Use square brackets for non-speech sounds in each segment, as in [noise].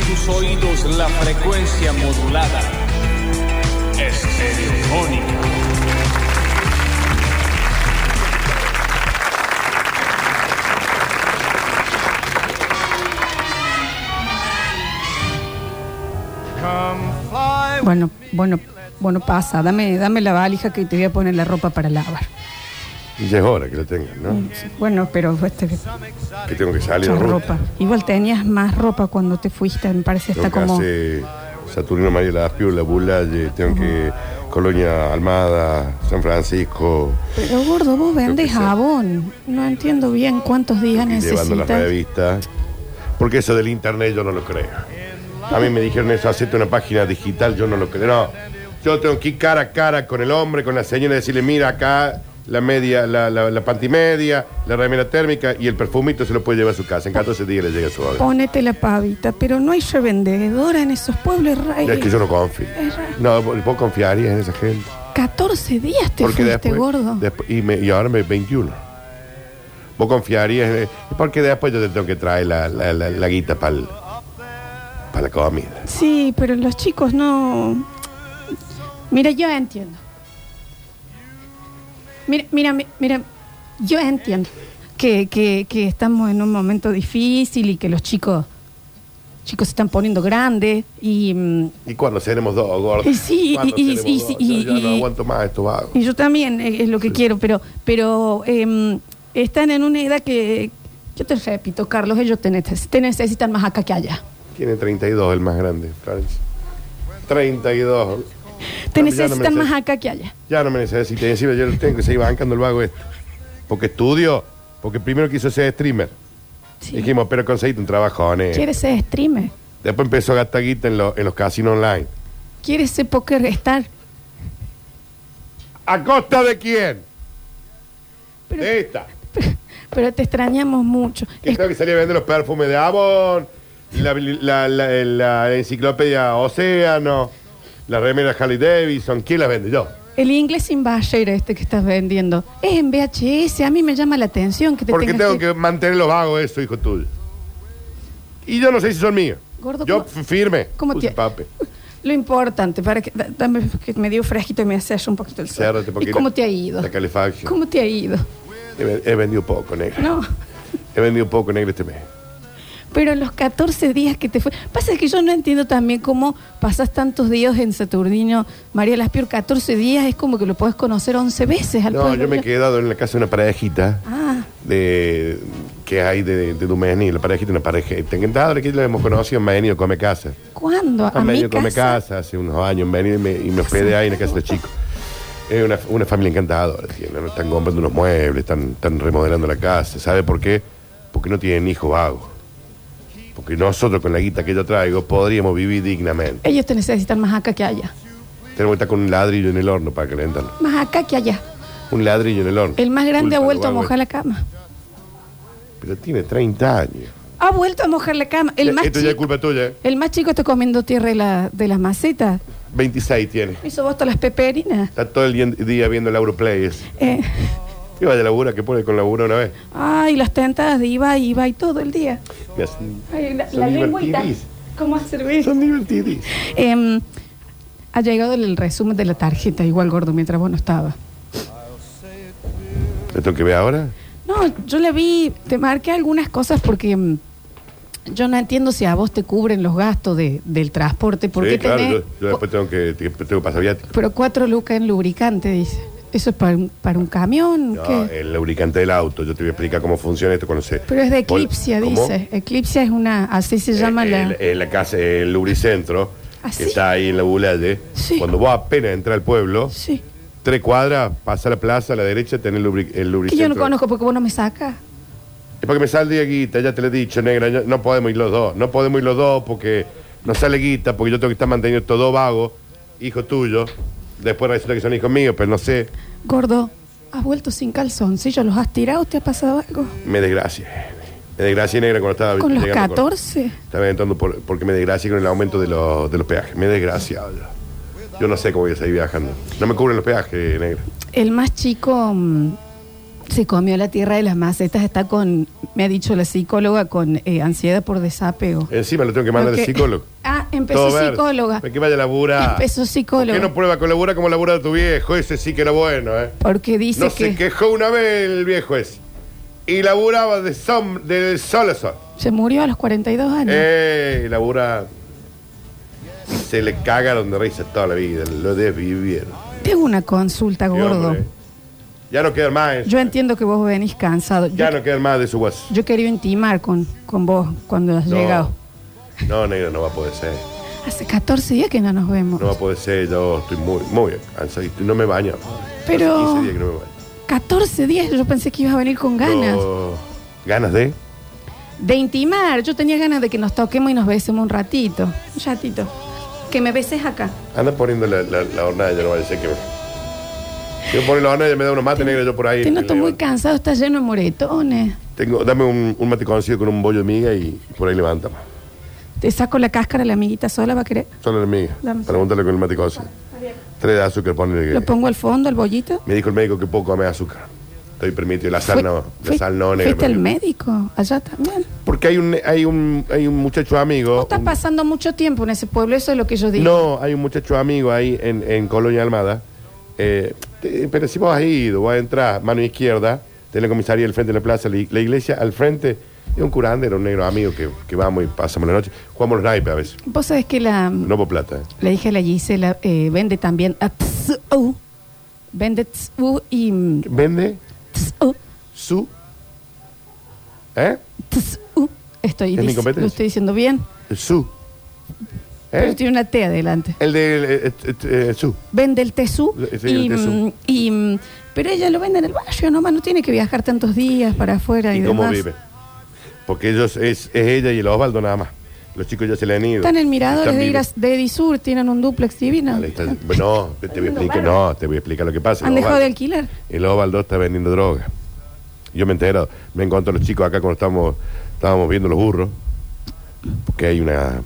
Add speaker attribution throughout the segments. Speaker 1: tus oídos la frecuencia modulada. Estereofónica.
Speaker 2: Bueno, bueno, bueno, pasa. Dame, dame la valija que te voy a poner la ropa para lavar.
Speaker 3: Y ya es hora que lo tengan, ¿no?
Speaker 2: Bueno, pero este,
Speaker 3: Que tengo que salir
Speaker 2: la
Speaker 3: a
Speaker 2: ropa. Igual tenías más ropa cuando te fuiste, me parece
Speaker 3: Tengo
Speaker 2: está
Speaker 3: que
Speaker 2: como.
Speaker 3: hacer Saturnino María Laspio, La Bulalle, tengo que Colonia Almada, San Francisco,
Speaker 2: Pero gordo, vos vendes
Speaker 3: sé.
Speaker 2: jabón. No entiendo bien cuántos días
Speaker 3: y llevando las
Speaker 2: necesitas.
Speaker 3: revistas. Porque eso del internet yo no lo creo. A mí me dijeron eso, hacete una página digital, yo no lo creo. No, yo tengo que ir cara a cara con el hombre, con la señora, y decirle, mira acá la media, la, la, la pantimedia, la remera térmica y el perfumito se lo puede llevar a su casa. En 14 días le llega a su hogar.
Speaker 2: Ponete la pavita, pero no hay revendedora en esos pueblos, Ray.
Speaker 3: Es que yo no confío.
Speaker 2: Es raro.
Speaker 3: No, vos vos confiarías en esa gente.
Speaker 2: 14 días te fuiste, gordo.
Speaker 3: despu- y, me- y ahora me 21. Vos confiarías. eh, Porque después yo te tengo que traer la, la, la- la guita para la comida.
Speaker 2: Sí, pero los chicos no. Mira, yo entiendo. Mira, mira, mi- mira, yo entiendo que, que- que estamos en un momento difícil y que los chicos, chicos se están poniendo grandes y, mm,
Speaker 3: ¿Y cuándo seremos dos, gordo?
Speaker 2: Y sí,
Speaker 3: ¿Cuándo
Speaker 2: y- y-
Speaker 3: seremos
Speaker 2: y-
Speaker 3: dos?
Speaker 2: y-
Speaker 3: Yo ya no
Speaker 2: y-
Speaker 3: aguanto más esto, vago.
Speaker 2: y yo también eh, es lo que quiero, pero, pero em, están en una edad que, yo te repito, Carlos, ellos te, neces- te necesitan más acá que allá.
Speaker 3: Tiene 32 el más grande, Francia. 32.
Speaker 2: Te
Speaker 3: No, ya no me
Speaker 2: necesitan
Speaker 3: neces-
Speaker 2: más acá que allá.
Speaker 3: Ya no me necesita. Y encima yo lo tengo que seguir bancando el vago este. Porque estudio, porque primero quiso ser streamer.
Speaker 2: Sí.
Speaker 3: Dijimos, pero conseguiste un eh. trabajo,
Speaker 2: ¿Quieres ser streamer?
Speaker 3: Después empezó a gastar guita en, lo- en los casinos online.
Speaker 2: ¿Quieres ser poker estar?
Speaker 3: ¿A costa de quién?
Speaker 2: Pero-
Speaker 3: de esta.
Speaker 2: [laughs] Pero te extrañamos mucho.
Speaker 3: Que
Speaker 2: Es-
Speaker 3: tengo que salir a vender los perfumes de Avon, la, la- la- la enciclopedia Océano, la remera Harley Davidson. ¿Quién las vende? Yo.
Speaker 2: el inglés sin barrera este que estás vendiendo es en VHS. A mí me llama la atención que te
Speaker 3: Porque
Speaker 2: tengas
Speaker 3: tengo que mantener los vagos eso, hijo tuyo. Y yo no sé si son míos.
Speaker 2: Gordo,
Speaker 3: yo
Speaker 2: ¿cómo-
Speaker 3: f- firme.
Speaker 2: ¿Cómo
Speaker 3: puse
Speaker 2: te- [laughs]
Speaker 3: pape.
Speaker 2: Lo importante, para que, da- dame, que me dio fresquito y me hace un poquito el sol.
Speaker 3: Ciérrate porque
Speaker 2: ¿Y cómo
Speaker 3: la-
Speaker 2: te ha ido?
Speaker 3: la calefacción.
Speaker 2: ¿Cómo te ha ido?
Speaker 3: He, ven- he vendido poco, negro.
Speaker 2: No,
Speaker 3: He vendido poco, negro, este mes.
Speaker 2: pero los 14 días que te fue. Pasa que yo no entiendo también cómo pasas tantos días en Saturnino, María Laspior. 14 días es como que lo puedes conocer 11 veces al
Speaker 3: No,
Speaker 2: pueblo.
Speaker 3: yo me he quedado en la casa de una parejita.
Speaker 2: Ah,
Speaker 3: de que hay de, de Dumeni, la pareja tiene una pareja. Encantadora, que la hemos conocido en Benio Come Casa.
Speaker 2: ¿cuándo? A
Speaker 3: En
Speaker 2: mi
Speaker 3: Benio Come
Speaker 2: casa.
Speaker 3: Casa, hace unos años en Benio y me, y me hospedé ahí en la casa de los chicos. Es una, una familia encantadora, tienen, están comprando unos muebles, están, están remodelando la casa. ¿Sabe por qué? Porque no tienen hijos vagos. Porque nosotros con la guita que yo traigo podríamos vivir dignamente.
Speaker 2: Ellos te necesitan más acá que allá.
Speaker 3: Tenemos que estar con un ladrillo en el horno para calentarlo.
Speaker 2: Más acá que allá.
Speaker 3: Un ladrillo en el horno.
Speaker 2: El más grande
Speaker 3: Culpa
Speaker 2: ha
Speaker 3: de
Speaker 2: vuelto a
Speaker 3: vago.
Speaker 2: mojar la cama.
Speaker 3: Pero tiene 30 años.
Speaker 2: Ha vuelto a mojar la cama. El
Speaker 3: Ya-
Speaker 2: más
Speaker 3: Esto ya es
Speaker 2: chico,
Speaker 3: culpa tuya. ¿eh?
Speaker 2: el más chico está comiendo tierra de, la- de las macetas.
Speaker 3: 26 tiene.
Speaker 2: Hizo vos todas las peperinas.
Speaker 3: Está todo el día- día viendo el Auroplayers.
Speaker 2: Eh,
Speaker 3: Y vaya labura que pone con labura una vez.
Speaker 2: ay, las tentadas de iba y iba y todo el día.
Speaker 3: Me hacen-
Speaker 2: Ay, la,
Speaker 3: Son
Speaker 2: la lengüita.
Speaker 3: divertidís.
Speaker 2: ¿Cómo ha servido?
Speaker 3: Son divertidos.
Speaker 2: Em, ha llegado el resumen de la tarjeta, igual gordo, mientras vos no estabas.
Speaker 3: ¿Lo tengo que ver ahora?
Speaker 2: No, yo le vi, te marqué algunas cosas porque mm, yo no entiendo si a vos te cubren los gastos de- del transporte. Porque
Speaker 3: sí, claro.
Speaker 2: tenés-
Speaker 3: Yo, yo después tengo que, te- tengo que pasar viático.
Speaker 2: Pero cuatro lucas en lubricante, dice. ¿Eso es para un, para un camión?
Speaker 3: No,
Speaker 2: ¿Qué?
Speaker 3: el lubricante del auto. Yo te voy a explicar cómo funciona esto cuando se...
Speaker 2: Pero es de Eclipsia,
Speaker 3: ¿Cómo?
Speaker 2: dice. Eclipsia es una, así se
Speaker 3: Eh,
Speaker 2: llama
Speaker 3: eh,
Speaker 2: la...
Speaker 3: la... eh, la casa, el lubricentro,
Speaker 2: ¿Ah, sí?
Speaker 3: que está ahí en la Bulalle.
Speaker 2: Sí.
Speaker 3: Cuando vos apenas entras al pueblo,
Speaker 2: sí,
Speaker 3: tres cuadras, pasa a la plaza, a la derecha, tenés el, lubri- el
Speaker 2: que
Speaker 3: lubricentro.
Speaker 2: yo no conozco porque vos no me sacas.
Speaker 3: Es porque me sale de guita, ya te lo he dicho, negra, ya- no podemos ir los dos, no podemos ir los dos porque no sale guita, porque yo tengo que estar manteniendo todo vago, hijo tuyo, después resulta que son hijos míos, pero no sé,
Speaker 2: Gordo, has vuelto sin calzoncillos, los has tirado, ¿te ha pasado algo?
Speaker 3: me desgracia. Me desgracia negra cuando estaba
Speaker 2: Con los
Speaker 3: llegando
Speaker 2: 14.
Speaker 3: estaba entrando por- porque me desgracia con el aumento de los, de los peajes. Me desgracia. Yo no sé cómo voy a seguir viajando. No me cubren los peajes, negra.
Speaker 2: El más chico mm, Se comió la tierra de las macetas, está con, me ha dicho la psicóloga, con eh, ansiedad por desapego.
Speaker 3: Encima lo tengo que mandar
Speaker 2: Lo
Speaker 3: Eh, al
Speaker 2: que-
Speaker 3: psicólogo.
Speaker 2: [laughs] Ah, empezó
Speaker 3: Todo verde.
Speaker 2: psicóloga.
Speaker 3: Para que vaya a labura.
Speaker 2: Empezó psicóloga.
Speaker 3: ¿Por qué no prueba con labura como labura de tu viejo? Ese sí que era bueno, ¿eh?
Speaker 2: Porque dice
Speaker 3: no
Speaker 2: que
Speaker 3: se quejó una vez el viejo ese. Y laburaba de som, del sol a sol.
Speaker 2: se murió a los 42 años.
Speaker 3: ¡Ey! Labura. Se le cagaron de risa toda la vida. Lo desvivieron.
Speaker 2: Te hago una consulta,
Speaker 3: Sí,
Speaker 2: gordo.
Speaker 3: hombre. eh. Ya no quedan más. eso.
Speaker 2: Yo entiendo que vos venís cansado.
Speaker 3: Ya
Speaker 2: yo,
Speaker 3: no quedan más de su guaso.
Speaker 2: yo quería intimar con, con vos cuando has llegado.
Speaker 3: No, negro, no va a poder ser.
Speaker 2: Hace 14 días que no nos vemos.
Speaker 3: No va a poder ser. Yo estoy muy, muy cansado. y No me baño.
Speaker 2: Pero-
Speaker 3: Hace 15 días que no me baño.
Speaker 2: 14 días yo pensé que ibas a venir con ganas.
Speaker 3: Yo- ¿Ganas de?
Speaker 2: De intimar. Yo tenía ganas de que nos toquemos y nos besemos un ratito. Un ratito. Que me beses acá.
Speaker 3: Anda poniendo la, la, la hornalla, no vaya a ser que me... Si yo poner la hornalla me da unos mate negros yo por ahí.
Speaker 2: Te noto
Speaker 3: Le-
Speaker 2: muy cansado, estás lleno de moretones.
Speaker 3: Tengo, dame un, un mate conocido con un bollo de miga y por ahí levantamos.
Speaker 2: Te saco la cáscara, la amiguita sola va a querer.
Speaker 3: Solo la miga.
Speaker 2: Dame.
Speaker 3: Para montarle con el mate conocido. Tres de azúcar, ponle.
Speaker 2: Lo pongo al fondo, al bollito.
Speaker 3: Me dijo el médico que puedo comer azúcar. Estoy permitido. La sal
Speaker 2: Fui-
Speaker 3: no. La
Speaker 2: fui-
Speaker 3: sal no, negra.
Speaker 2: Fuiste
Speaker 3: me
Speaker 2: al
Speaker 3: dijo.
Speaker 2: médico, allá también.
Speaker 3: Porque hay un, hay un, hay un muchacho amigo.
Speaker 2: Vos estás
Speaker 3: un-
Speaker 2: pasando mucho tiempo en ese pueblo, eso es lo que yo digo.
Speaker 3: No, hay un muchacho amigo ahí en, en Colonia Almada. Eh, te- pero si vos has ido, vos entrar, mano izquierda, de la comisaría al frente de la plaza, la, i- la iglesia al frente, es un curandero, un negro amigo que, que vamos y pasamos la noche. Jugamos los naipes a veces,
Speaker 2: Vos sabés que la,
Speaker 3: no por plata. eh.
Speaker 2: le dije a la Gisela, eh, vende también a Tzu. Vende Tzu y mm,
Speaker 3: Vende
Speaker 2: Tzu,
Speaker 3: su. ¿Eh?
Speaker 2: Tzu. Estoy
Speaker 3: Es mi
Speaker 2: dic-
Speaker 3: competencia. ¿Eh?
Speaker 2: lo estoy diciendo bien,
Speaker 3: Su.
Speaker 2: pero
Speaker 3: ¿Eh?
Speaker 2: tiene una T adelante.
Speaker 3: El de eh, eh, eh, su.
Speaker 2: Vende el Tzu
Speaker 3: Sí, el
Speaker 2: y,
Speaker 3: Tzu.
Speaker 2: mm, y, mm, pero ella lo vende en el barrio nomás, no tiene que viajar tantos días para afuera y,
Speaker 3: ¿Y cómo
Speaker 2: demás.
Speaker 3: vive? Porque ellos, es, es ella y el Osvaldo nada más. Los chicos ya se le han ido.
Speaker 2: Están en Miradores
Speaker 3: Están
Speaker 2: de,
Speaker 3: vivos.
Speaker 2: Iras- de Edisur, tienen un duplex divino.
Speaker 3: Vale, está- bueno, te te voy a explicar, no, te voy a explicar lo que pasa.
Speaker 2: Han
Speaker 3: el
Speaker 2: dejado
Speaker 3: Osvaldo-
Speaker 2: de alquilar.
Speaker 3: El Osvaldo está vendiendo droga. Yo me entero, me encontré los chicos acá cuando estábamos, estábamos viendo los burros, porque hay una...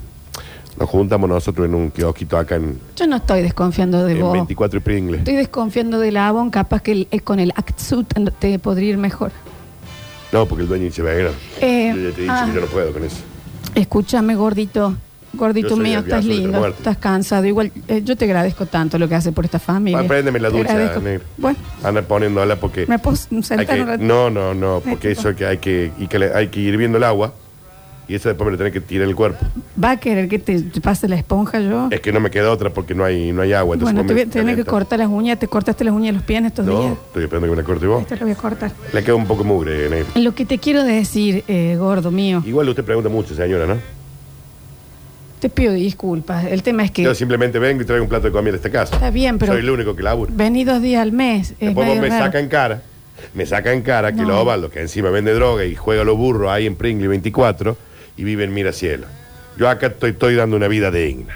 Speaker 3: Nos juntamos nosotros en un kiosquito acá en,
Speaker 2: Yo no estoy desconfiando de
Speaker 3: en
Speaker 2: vos.
Speaker 3: 24 y Pringles.
Speaker 2: Estoy desconfiando del Avon, capaz que el- eh, con el Actsut te podría ir mejor.
Speaker 3: No, porque el dueño dice, "Bueno,
Speaker 2: Eh,
Speaker 3: yo ya te dije
Speaker 2: ah.
Speaker 3: que yo no puedo con eso.
Speaker 2: Escúchame, gordito.
Speaker 3: Yo
Speaker 2: Gordito
Speaker 3: soy
Speaker 2: mío,
Speaker 3: el
Speaker 2: estás
Speaker 3: gaso de la
Speaker 2: lindo,
Speaker 3: muerte.
Speaker 2: estás cansado. Igual, eh, yo te agradezco tanto lo que haces por esta familia.
Speaker 3: Apréndeme la
Speaker 2: Te
Speaker 3: ducha,
Speaker 2: agradezco.
Speaker 3: negro.
Speaker 2: Bueno,
Speaker 3: Anda poniéndola porque...
Speaker 2: ¿me puedo
Speaker 3: hay
Speaker 2: sentar
Speaker 3: que-
Speaker 2: un ratito?
Speaker 3: no, no, no, porque eso que hay que, y que le- hay que ir viendo el agua y eso después me lo tenés que tirar el cuerpo.
Speaker 2: ¿Va a querer que te, te pase la esponja yo?
Speaker 3: Es que no me queda otra porque no hay, no hay agua. entonces
Speaker 2: bueno,
Speaker 3: vos
Speaker 2: te voy
Speaker 3: me
Speaker 2: a tener que
Speaker 3: calientas.
Speaker 2: cortar las uñas. ¿Te cortaste las uñas de los pies en estos
Speaker 3: No,
Speaker 2: días?
Speaker 3: estoy esperando que me la corte vos.
Speaker 2: Te lo voy a cortar.
Speaker 3: Le queda un poco mugre, negro.
Speaker 2: Lo que te quiero decir, eh, gordo mío,
Speaker 3: Igual usted pregunta mucho, señora, ¿no?
Speaker 2: te pido disculpas. El tema es que
Speaker 3: Yo simplemente vengo y traigo un plato de comida a esta casa.
Speaker 2: Está bien, pero-
Speaker 3: Soy el único que labura.
Speaker 2: vení dos días al mes. Es
Speaker 3: Después vos
Speaker 2: medio
Speaker 3: me
Speaker 2: raro.
Speaker 3: sacan cara, me sacan cara que
Speaker 2: No.
Speaker 3: los Osvaldo, que encima vende droga y juega a los burros ahí en Pringle 24 y vive en Miracielo. Yo acá estoy, estoy dando una vida digna.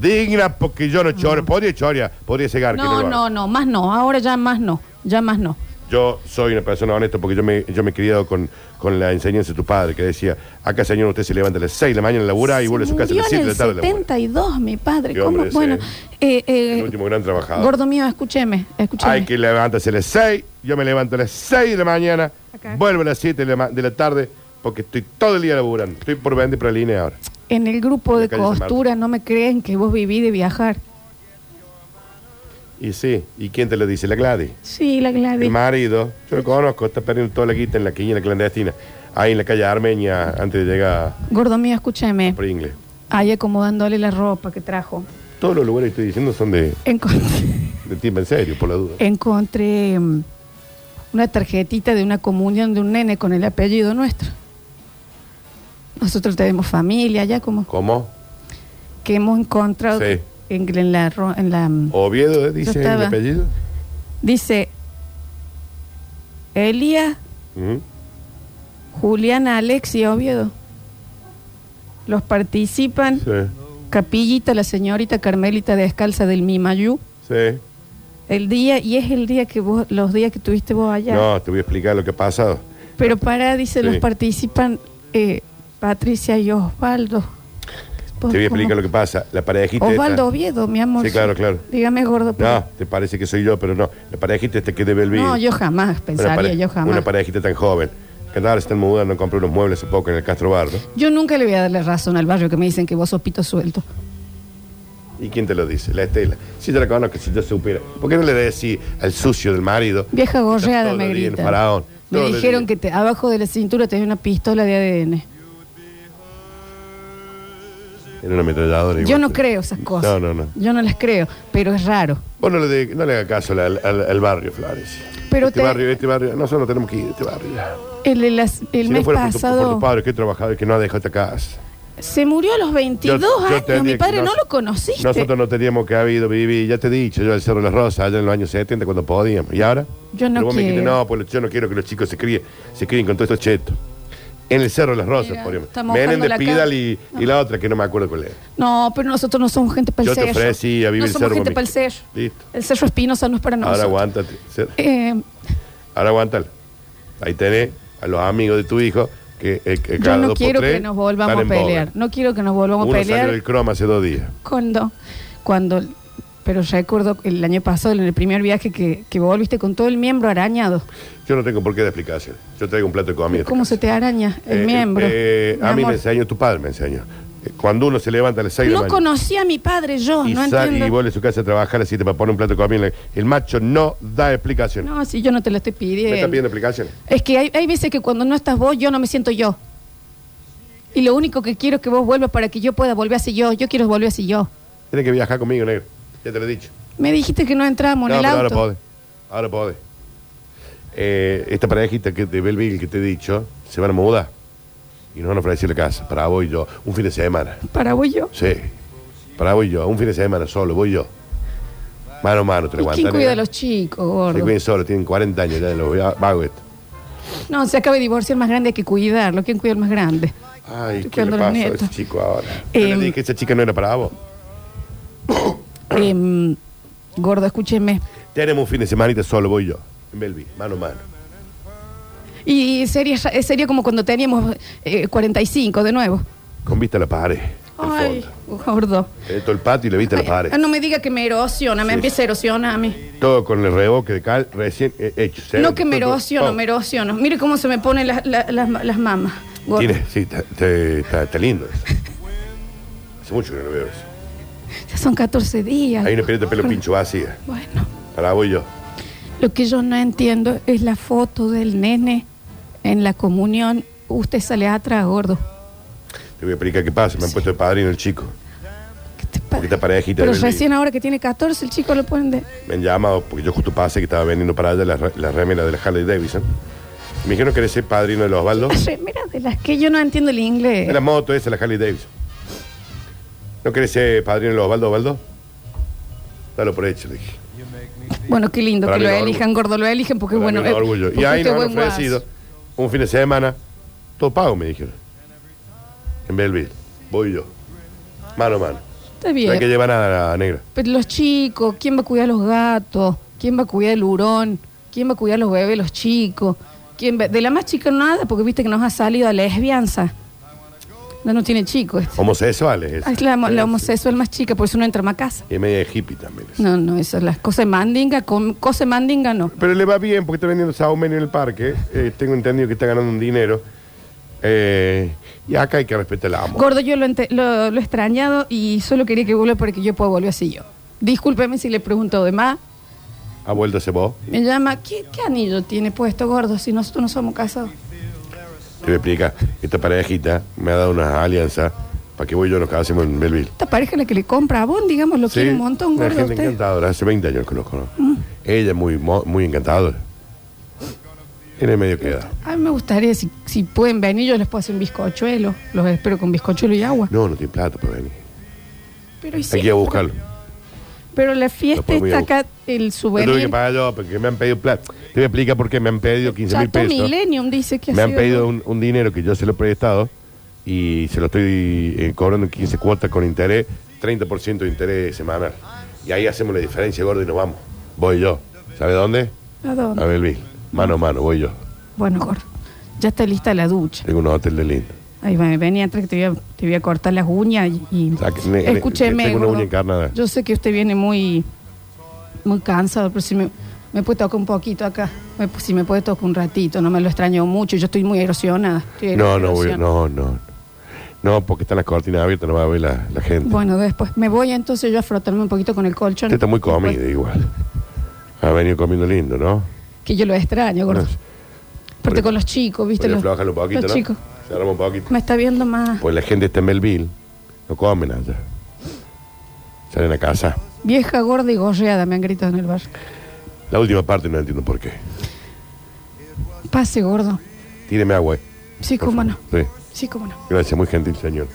Speaker 3: Digna porque yo no choro. Podría chorear, podría cegar. que
Speaker 2: No,
Speaker 3: lo haga.
Speaker 2: no, no, más no, ahora ya más no, ya más no.
Speaker 3: Yo soy una persona honesta porque yo me, yo me he criado con, con la enseñanza de tu padre que decía, acá señor usted se levanta a las 6 de la mañana labura Ah, y vuelve a su casa a
Speaker 2: Murió
Speaker 3: las 7
Speaker 2: en
Speaker 3: de
Speaker 2: el
Speaker 3: la tarde. labura.
Speaker 2: 72, mi padre.
Speaker 3: Qué
Speaker 2: ¿Cómo?
Speaker 3: hombre ese,
Speaker 2: Bueno, eh, eh,
Speaker 3: El último gran trabajador.
Speaker 2: gordo mío, escúcheme, escúcheme.
Speaker 3: Hay que levantarse a las 6, yo me levanto a las 6 de la mañana,
Speaker 2: Acá.
Speaker 3: vuelvo a las 7 de la, ma- de la tarde porque estoy todo el día laburando. Estoy por vender para la línea ahora.
Speaker 2: En el grupo
Speaker 3: En la
Speaker 2: de
Speaker 3: calle San
Speaker 2: costura no me creen que vos viví de viajar.
Speaker 3: Y sí, ¿y quién te lo dice? La Gladys.
Speaker 2: Sí, la
Speaker 3: Mi
Speaker 2: Gladys.
Speaker 3: marido, yo lo conozco, está perdiendo toda la guita en la quinina clandestina, ahí en la calle Armenia antes de llegar
Speaker 2: Gordo mío, escúcheme.
Speaker 3: a Pringle.
Speaker 2: Ahí acomodándole la ropa que trajo.
Speaker 3: Todos los lugares que estoy diciendo son de,
Speaker 2: Encontré,
Speaker 3: de tiempo en serio, por la duda.
Speaker 2: [laughs] Eh. encontré mm, una tarjetita de una comunión de un nene con el apellido nuestro. Nosotros tenemos familia ya como...
Speaker 3: ¿Cómo?
Speaker 2: que hemos encontrado
Speaker 3: Sí.
Speaker 2: en, en la, ro- en la
Speaker 3: Oviedo, eh, dice
Speaker 2: Yo
Speaker 3: el
Speaker 2: estaba.
Speaker 3: apellido.
Speaker 2: dice Elia, Mm.
Speaker 3: Ujú.
Speaker 2: Juliana, Alex y Oviedo. Los participan
Speaker 3: Sí,
Speaker 2: Capillita, la señorita Carmelita descalza del Mimayú.
Speaker 3: sí.
Speaker 2: El día y es el día que vos los días que tuviste vos allá.
Speaker 3: No, te voy a explicar lo que ha pasado.
Speaker 2: Pero para dice
Speaker 3: Sí.
Speaker 2: los participan eh, Patricia y Osvaldo. Pues,
Speaker 3: Te voy a
Speaker 2: ¿cómo?
Speaker 3: explicar lo que pasa. La parejita.
Speaker 2: Osvaldo
Speaker 3: esta-
Speaker 2: Oviedo, mi amor.
Speaker 3: Sí, claro, claro.
Speaker 2: Dígame, gordo. por-
Speaker 3: No, te parece que soy yo, pero no. La parejita esta que debe el
Speaker 2: No, yo jamás pensaría, yo jamás.
Speaker 3: Una parejita tan joven. Que ahora se están mudando, compré unos muebles hace poco en el Castro Bardo.
Speaker 2: Yo nunca le voy a darle razón al barrio que me dicen que vos sos pito suelto.
Speaker 3: ¿Y quién te lo dice? La Estela. Si yo la conozco, si yo supiera. ¿Por qué no le decís al sucio del marido?
Speaker 2: Vieja gorreada
Speaker 3: Todo
Speaker 2: me
Speaker 3: el día en
Speaker 2: grita.
Speaker 3: Faraón,
Speaker 2: me
Speaker 3: todo el
Speaker 2: dijeron
Speaker 3: día.
Speaker 2: que te- abajo de la cintura tenés una pistola de ADN.
Speaker 3: Era una ametralladora.
Speaker 2: Yo
Speaker 3: igual.
Speaker 2: no creo esas cosas.
Speaker 3: No, no, no.
Speaker 2: Yo no las creo, pero es raro.
Speaker 3: Vos no le, de- no le hagas caso al, al- al barrio, Florencia.
Speaker 2: Pero
Speaker 3: este
Speaker 2: te-
Speaker 3: barrio, este barrio, nosotros tenemos que ir a este barrio.
Speaker 2: El, el as- el
Speaker 3: si no
Speaker 2: mes
Speaker 3: fuera por tu, por
Speaker 2: pasado
Speaker 3: tu padre que he trabajado y que no ha dejado esta casa.
Speaker 2: se murió a los 22
Speaker 3: Yo- yo
Speaker 2: años.
Speaker 3: tendría
Speaker 2: Mi
Speaker 3: que-
Speaker 2: padre no,
Speaker 3: nos-
Speaker 2: lo conociste.
Speaker 3: Nosotros no teníamos que haber ido vivir, ya te he dicho, yo al Cerro de las Rosas, allá en los años 70 cuando podíamos. ¿Y ahora?
Speaker 2: Yo no
Speaker 3: Pero vos me dijiste,
Speaker 2: quiero.
Speaker 3: no, pues yo no quiero que los chicos se críen, se críen con todos estos chetos. En el Cerro de las Rosas,
Speaker 2: Mira,
Speaker 3: por ejemplo.
Speaker 2: estamos
Speaker 3: Menem de
Speaker 2: mojando la
Speaker 3: Pidal
Speaker 2: cara.
Speaker 3: y, y la otra, que no me acuerdo cuál era.
Speaker 2: No, pero nosotros no somos gente para
Speaker 3: Yo
Speaker 2: el
Speaker 3: te
Speaker 2: cerro.
Speaker 3: ofrecí a vivir
Speaker 2: no
Speaker 3: el
Speaker 2: somos
Speaker 3: cerro
Speaker 2: gente
Speaker 3: conmigo.
Speaker 2: para el cerro.
Speaker 3: Listo.
Speaker 2: El cerro Espinosa no es para nosotros.
Speaker 3: Ahora aguántate. Cer-
Speaker 2: Eh,
Speaker 3: Ahora aguántala. Ahí tenés a los amigos de tu hijo que, eh, que
Speaker 2: yo
Speaker 3: cada
Speaker 2: no
Speaker 3: dos por
Speaker 2: quiero
Speaker 3: tres
Speaker 2: que nos
Speaker 3: están
Speaker 2: volvamos a
Speaker 3: en boga.
Speaker 2: pelear. No quiero que nos volvamos
Speaker 3: Uno
Speaker 2: a
Speaker 3: salió
Speaker 2: pelear.
Speaker 3: del croma hace dos días.
Speaker 2: cuando, cuando, pero recuerdo el año pasado, en el primer viaje que, que vos volviste con todo el miembro arañado.
Speaker 3: Yo no tengo por qué dar explicación. Yo traigo un plato de comida.
Speaker 2: ¿Cómo se te araña el
Speaker 3: Eh,
Speaker 2: miembro?
Speaker 3: eh,
Speaker 2: Mi
Speaker 3: a mí
Speaker 2: amor.
Speaker 3: me enseñó, tu padre me enseñó. Eh, Cuando uno se levanta a las seis de la
Speaker 2: no
Speaker 3: mañana
Speaker 2: conocía a mi padre yo,
Speaker 3: y,
Speaker 2: no
Speaker 3: sal- y
Speaker 2: entiendo.
Speaker 3: vuelve a su casa a trabajar así te para poner un plato de comida, el macho no da explicación.
Speaker 2: No, si yo no te lo estoy
Speaker 3: ¿Me estás pidiendo
Speaker 2: pidiendo.
Speaker 3: explicaciones?
Speaker 2: Es que hay, hay veces que cuando no estás vos, yo no me siento yo. Y lo único que quiero es que vos vuelvas para que yo pueda volver así yo. Yo quiero volver así yo.
Speaker 3: Tienes que viajar conmigo, negro. Ya te lo he dicho.
Speaker 2: Me dijiste que no entramos
Speaker 3: no,
Speaker 2: en el
Speaker 3: pero
Speaker 2: auto.
Speaker 3: ahora podés. Ahora podés. Eh, esta parejita que de Belleville que te he dicho se van a mudar y nos van a ofrecer la casa para vos y yo un fin de semana.
Speaker 2: Para vos y yo.
Speaker 3: Sí, para vos y yo, un fin de semana solo, voy yo. Mano a mano, te
Speaker 2: ¿Y
Speaker 3: lo
Speaker 2: quién cuida
Speaker 3: nena.
Speaker 2: a los chicos,
Speaker 3: Se
Speaker 2: gordo?
Speaker 3: cuiden solo, tienen 40 años ya, los va- vagos estos.
Speaker 2: No, se acaba de divorciar el más grande, hay que cuidarlo. ¿Quién cuida el más grande?
Speaker 3: Ay,
Speaker 2: Estoy
Speaker 3: ¿qué le
Speaker 2: cuidando a los
Speaker 3: pasa a ese
Speaker 2: nietos.
Speaker 3: chico ahora? Yo le
Speaker 2: Em,
Speaker 3: dije que esa chica no era para vos.
Speaker 2: Em, gordo, escúcheme.
Speaker 3: Tenemos un fin de semanita solo, voy yo, en Belleville, mano a mano.
Speaker 2: Y sería, ra- sería como cuando teníamos eh, 45 de nuevo.
Speaker 3: Con vista a la pared, del
Speaker 2: Ay,
Speaker 3: fondo.
Speaker 2: gordo.
Speaker 3: Eh, todo el patio y la vista a la
Speaker 2: Ay,
Speaker 3: pared.
Speaker 2: no me diga que me erosiona, me
Speaker 3: Sí.
Speaker 2: empieza a erosionar a mí.
Speaker 3: Todo con el revoque de cal recién eh, hecho. Se
Speaker 2: No
Speaker 3: ve
Speaker 2: que me
Speaker 3: todo-
Speaker 2: erosiono,
Speaker 3: todo.
Speaker 2: me erosiono. Mire cómo se me ponen las, las- las- las mamas. gordo.
Speaker 3: Tiene, sí, está, está- está- está lindo eso. Hace mucho que no lo veo eso.
Speaker 2: Ya son 14 días.
Speaker 3: Hay una pelota de pelo pincho vacía.
Speaker 2: Bueno,
Speaker 3: Para vos y yo.
Speaker 2: lo que yo no entiendo es la foto del nene en la comunión. Usted sale atrás, gordo.
Speaker 3: Te voy a explicar qué pasa. Me han puesto de padrino el chico.
Speaker 2: ¿Qué te pasa?
Speaker 3: Porque esta parejita
Speaker 2: Pero
Speaker 3: de Belén.
Speaker 2: recién ahora que tiene 14, el chico lo ponen de...
Speaker 3: Me han llamado porque yo justo pasé que estaba vendiendo para allá las re- las remeras de la Harley Davidson. Me dijeron que eres el padrino de los Osvaldo.
Speaker 2: Mira, de las que yo no entiendo el inglés.
Speaker 3: De la moto esa, la Harley Davidson. ¿No querés ser padrino de los Osvaldo, Osvaldo? Dalo por hecho, le dije.
Speaker 2: Bueno, qué lindo
Speaker 3: Para
Speaker 2: que
Speaker 3: mí
Speaker 2: lo
Speaker 3: me da
Speaker 2: elijan, gordo, lo eligen porque,
Speaker 3: Para
Speaker 2: bueno,
Speaker 3: mí me da
Speaker 2: eh,
Speaker 3: orgullo. Y
Speaker 2: porque
Speaker 3: ahí
Speaker 2: usted
Speaker 3: nos han
Speaker 2: es buen
Speaker 3: ofrecido
Speaker 2: guaso.
Speaker 3: un fin de semana, todo pago, me dijeron. En Belleville. Voy yo. Mano a mano.
Speaker 2: Está
Speaker 3: No hay que
Speaker 2: bien.
Speaker 3: llevar nada a la negra.
Speaker 2: Pero los chicos, ¿quién va a cuidar a los gatos? ¿Quién va a cuidar el hurón? ¿Quién va a cuidar a los bebés, los chicos? ¿Quién va- De la más chica nada, porque viste que nos ha salido a lesbianza. No, no tiene chicos. este.
Speaker 3: Homosexuales. esa.
Speaker 2: Ah, Es la, homo- la homosexual más chica, por eso no entra más a casa.
Speaker 3: Y es media hippie también. esa.
Speaker 2: No, no, eso es las cosas de mandinga, con, cosas de mandinga no.
Speaker 3: Pero le va bien porque está vendiendo saumerio en el parque. Eh, tengo entendido que está ganando un dinero. Eh, y acá hay que respetar el amor.
Speaker 2: Gordo, yo lo, ente- lo- lo he extrañado y solo quería que vuelva para que yo pueda volver así yo. Discúlpeme si le pregunto de más.
Speaker 3: ha vuelto ese vos.
Speaker 2: Me llama, ¿qué, qué anillo tiene puesto, gordo, si nosotros no somos casados?
Speaker 3: Te voy a explicar. Esta parejita me ha dado unas alianzas para que voy y yo nos casemos en Belleville.
Speaker 2: Esta pareja la que le compra a Bon, digamos, lo quiere un montón,
Speaker 3: una
Speaker 2: gordo.
Speaker 3: gente
Speaker 2: usted. Mm.
Speaker 3: encantadora. Hace 20 años que conozco. ¿no? Ella es muy, mo- muy encantadora. En el medio queda.
Speaker 2: A mí me gustaría, si, si pueden venir, yo les puedo hacer un bizcochuelo. Los espero con bizcochuelo y agua.
Speaker 3: No, no tiene plata para venir.
Speaker 2: Pero, ¿y si-
Speaker 3: Hay que ir a buscarlo.
Speaker 2: pero la fiesta
Speaker 3: Después voy
Speaker 2: está
Speaker 3: a
Speaker 2: acá, el
Speaker 3: Lo tuve que
Speaker 2: souvenir.
Speaker 3: pagar yo porque me han pedido plata. Te voy a explicar por qué me han pedido 15 mil
Speaker 2: Chato
Speaker 3: pesos.
Speaker 2: Millennium dice que ha
Speaker 3: Me han
Speaker 2: sido-
Speaker 3: pedido un, un dinero que yo se lo he prestado y se lo estoy eh, cobrando en 15 cuotas con interés, 30% de interés semanal. Y ahí hacemos la diferencia, gordo, y nos vamos. Voy yo. ¿Sabe dónde?
Speaker 2: ¿A dónde?
Speaker 3: A Belville. Mano a mano, voy yo.
Speaker 2: Bueno, gordo, ya está lista la ducha.
Speaker 3: Tengo unos hoteles lindos.
Speaker 2: Ahí va, vení atrás que te voy a, te voy a cortar las uñas y- y...
Speaker 3: O sea, que ne- ne-
Speaker 2: Escúcheme,
Speaker 3: tengo una
Speaker 2: gordo.
Speaker 3: uña encarnada.
Speaker 2: Yo sé que usted viene muy, muy cansado, pero si me, me puede tocar un poquito acá, me- si me puede tocar un ratito, no me lo extraño mucho, yo estoy muy erosionada. estoy
Speaker 3: No, no, voy-
Speaker 2: erosionada.
Speaker 3: no, no. No, porque están las cortinas abiertas, no va a ver la, la gente.
Speaker 2: Bueno, después me voy entonces yo a frotarme un poquito con el colchón.
Speaker 3: Usted está muy
Speaker 2: Después-
Speaker 3: comida igual. Ha venido comiendo lindo, ¿no?
Speaker 2: Que yo lo extraño, gordo.
Speaker 3: No,
Speaker 2: Aparte con los chicos, ¿viste?
Speaker 3: Bueno,
Speaker 2: Los,
Speaker 3: aflójalo un poquito,
Speaker 2: los
Speaker 3: ¿no?
Speaker 2: chicos.
Speaker 3: Cerramos un poquito.
Speaker 2: Me está viendo más
Speaker 3: Pues la gente está en Melville, no comen allá. Salen a casa.
Speaker 2: vieja, gorda y gorreada, me han gritado en el bar.
Speaker 3: La última parte no entiendo por qué.
Speaker 2: Pase, gordo.
Speaker 3: Tíreme eh, agua. eh.
Speaker 2: Sí, cómo no.
Speaker 3: Sí,
Speaker 2: Sí, cómo no.
Speaker 3: gracias, muy gentil señor.